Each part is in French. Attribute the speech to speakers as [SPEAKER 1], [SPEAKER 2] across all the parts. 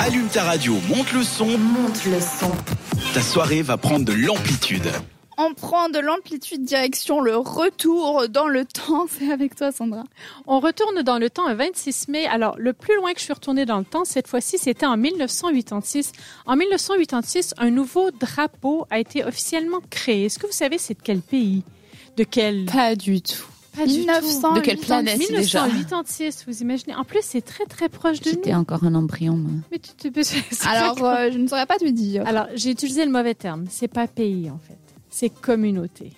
[SPEAKER 1] allume ta radio, monte le son,
[SPEAKER 2] Monte le son.
[SPEAKER 1] ta soirée va prendre de l'amplitude.
[SPEAKER 3] On prend de l'amplitude direction le retour dans le temps. C'est avec toi, Sandra.
[SPEAKER 4] On retourne dans le temps, un 26 mai. Alors, le plus loin que je suis retournée dans le temps, cette fois-ci, c'était en 1986. En 1986, un nouveau drapeau a été officiellement créé. Est-ce que vous savez c'est de quel pays? De quel?
[SPEAKER 5] Pas du tout.
[SPEAKER 4] Pas du tout.
[SPEAKER 3] 1900.
[SPEAKER 5] De quelle planète déjà
[SPEAKER 4] 1986, vous imaginez. En plus, c'est très, très proche de
[SPEAKER 5] J'étais
[SPEAKER 4] nous.
[SPEAKER 5] encore un embryon. moi.
[SPEAKER 4] Mais tu te- c'est
[SPEAKER 3] Alors,
[SPEAKER 4] pas
[SPEAKER 3] euh, je ne saurais pas te dire.
[SPEAKER 4] Alors, j'ai utilisé le mauvais terme. C'est pas pays, en fait. C'est communauté.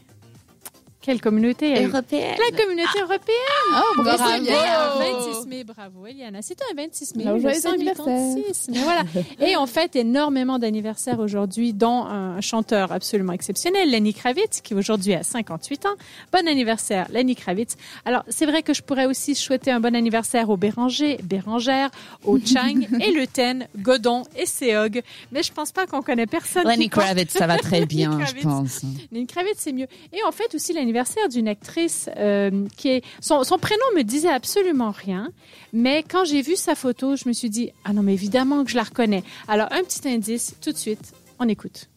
[SPEAKER 4] Quelle communauté a eu-
[SPEAKER 5] Européenne.
[SPEAKER 4] La communauté européenne.
[SPEAKER 3] Oh,
[SPEAKER 4] Mais
[SPEAKER 3] bravo.
[SPEAKER 4] c'était un 26 mai. Bravo, Eliana. C'était un 26 mai.
[SPEAKER 3] Alors, joyeux
[SPEAKER 4] 1986. Mais voilà. Et on fête énormément d'anniversaires aujourd'hui, dont un chanteur absolument exceptionnel, Lenny Kravitz, qui aujourd'hui a 58 ans. Bon anniversaire, Lenny Kravitz. Alors, c'est vrai que je pourrais aussi souhaiter un bon anniversaire au Béranger, Bérangère, au Chang, et Le Ten, Godon et Seog. Mais je pense pas qu'on connaît personne.
[SPEAKER 5] Lenny
[SPEAKER 4] qui porte-
[SPEAKER 5] Kravitz, ça va très bien, je
[SPEAKER 4] Kravitz.
[SPEAKER 5] pense.
[SPEAKER 4] une cravate, c'est mieux. Et en fait, aussi l'anniversaire d'une actrice euh, qui est. Son, son prénom me disait absolument rien, mais quand j'ai vu sa photo, je me suis dit Ah non, mais évidemment que je la reconnais. Alors, un petit indice, tout de suite, on écoute.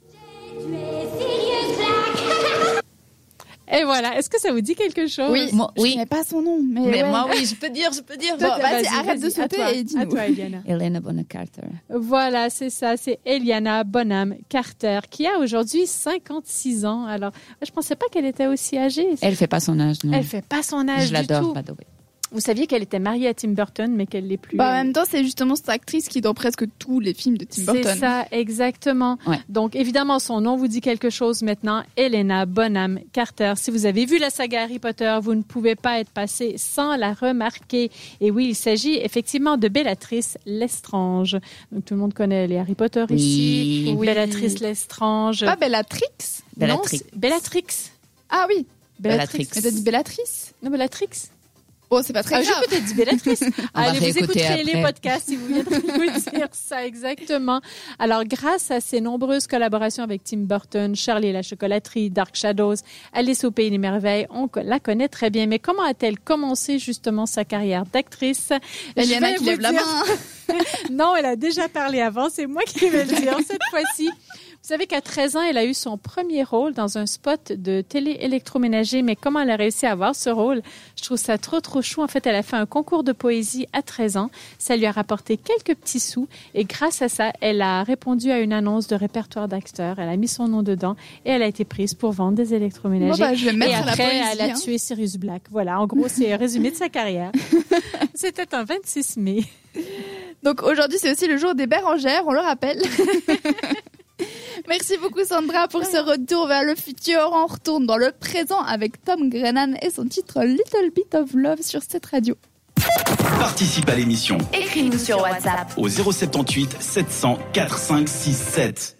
[SPEAKER 4] Et voilà, est-ce que ça vous dit quelque chose?
[SPEAKER 3] Oui,
[SPEAKER 5] Moi-
[SPEAKER 3] Je
[SPEAKER 5] oui.
[SPEAKER 3] connais pas son nom, mais,
[SPEAKER 5] Mais
[SPEAKER 3] ouais.
[SPEAKER 5] moi, oui.
[SPEAKER 2] je peux dire, je peux dire.
[SPEAKER 3] Toi,
[SPEAKER 2] Bon,
[SPEAKER 3] t'as- vas-y,
[SPEAKER 4] Vas-y,
[SPEAKER 3] arrête de
[SPEAKER 4] vas-y, à
[SPEAKER 3] sauter
[SPEAKER 4] toi.
[SPEAKER 3] et dis-nous.
[SPEAKER 4] À toi, Eliana.
[SPEAKER 5] Helena Bonham Carter.
[SPEAKER 4] Voilà, c'est ça, c'est Eliana Bonham Carter qui a aujourd'hui 56 ans. Alors, je pensais pas qu'elle était aussi âgée.
[SPEAKER 5] Elle fait pas son âge, non.
[SPEAKER 4] Elle fait pas son âge
[SPEAKER 5] Mm. je
[SPEAKER 4] du tout.
[SPEAKER 5] l'adore, by the way.
[SPEAKER 4] Vous saviez qu'elle était mariée à Tim Burton, mais qu'elle l'est plus.
[SPEAKER 3] Bah, en même temps, c'est justement cette actrice qui est dans presque tous les films de Tim
[SPEAKER 4] c'est
[SPEAKER 3] Burton.
[SPEAKER 4] ça, exactement.
[SPEAKER 5] Ouais.
[SPEAKER 4] Donc, évidemment, son nom vous dit quelque chose maintenant. Elena Bonham Carter. Si vous avez vu la saga Harry Potter, vous ne pouvez pas être passé sans la remarquer. Et oui, il s'agit effectivement de Bellatrice Lestrange. Donc, tout le monde connaît les Harry Potter
[SPEAKER 5] Oui.
[SPEAKER 4] ici.
[SPEAKER 3] Oui.
[SPEAKER 4] Bellatrice Lestrange.
[SPEAKER 3] Pas Bellatrix
[SPEAKER 4] Non,
[SPEAKER 5] Bellatrix.
[SPEAKER 4] c'est- Bellatrix.
[SPEAKER 3] Ah oui,
[SPEAKER 5] Bellatrix.
[SPEAKER 3] mais t'as dit Bellatrice
[SPEAKER 4] Non, Bellatrix.
[SPEAKER 3] Bon, c'est pas très
[SPEAKER 4] Ah,
[SPEAKER 3] grave.
[SPEAKER 4] je peux te dire Bellatrice.
[SPEAKER 5] On va
[SPEAKER 4] Allez, vous
[SPEAKER 5] réécouter
[SPEAKER 4] écouterez les
[SPEAKER 5] après.
[SPEAKER 4] podcasts si vous viendrez vous dire ça exactement. Alors, grâce à ses nombreuses collaborations avec Tim Burton, Charlie et la chocolaterie, Dark Shadows, Alice au pays des merveilles, on co- la connaît très bien. Mais comment a-t-elle commencé justement sa carrière d'actrice Je
[SPEAKER 3] Eliana
[SPEAKER 4] vais
[SPEAKER 3] qui
[SPEAKER 4] vous
[SPEAKER 3] lève la
[SPEAKER 4] dire-
[SPEAKER 3] main.
[SPEAKER 4] Non, elle a déjà parlé avant. C'est moi qui vais le dire cette fois-ci. Vous savez qu'à 13 ans, elle a eu son premier rôle dans un spot de télé électroménager, mais comment elle a réussi à avoir ce rôle Je trouve ça trop trop chou. En fait, elle a fait un concours de poésie à 13 ans. Ça lui a rapporté quelques petits sous et grâce à ça, elle a répondu à une annonce de répertoire d'acteurs. Elle a mis son nom dedans et elle a été prise pour vendre des
[SPEAKER 3] Bon,
[SPEAKER 4] électroménagers.
[SPEAKER 3] bah, je vais me mettre
[SPEAKER 4] Et
[SPEAKER 3] à la
[SPEAKER 4] après,
[SPEAKER 3] poésie.
[SPEAKER 4] elle a
[SPEAKER 3] hein.
[SPEAKER 4] tué Sirius Black. Voilà, en gros, c'est un résumé de sa carrière. C'était un 26 mai.
[SPEAKER 3] Donc aujourd'hui, c'est aussi le jour des bérangères, on le rappelle. Merci beaucoup Sandra pour ce retour vers le futur. On retourne dans le présent avec Tom Grennan et son titre Little Bit of Love sur cette radio.
[SPEAKER 1] Participe à l'émission
[SPEAKER 2] Écris-nous sur WhatsApp.
[SPEAKER 1] au 078 700 4567.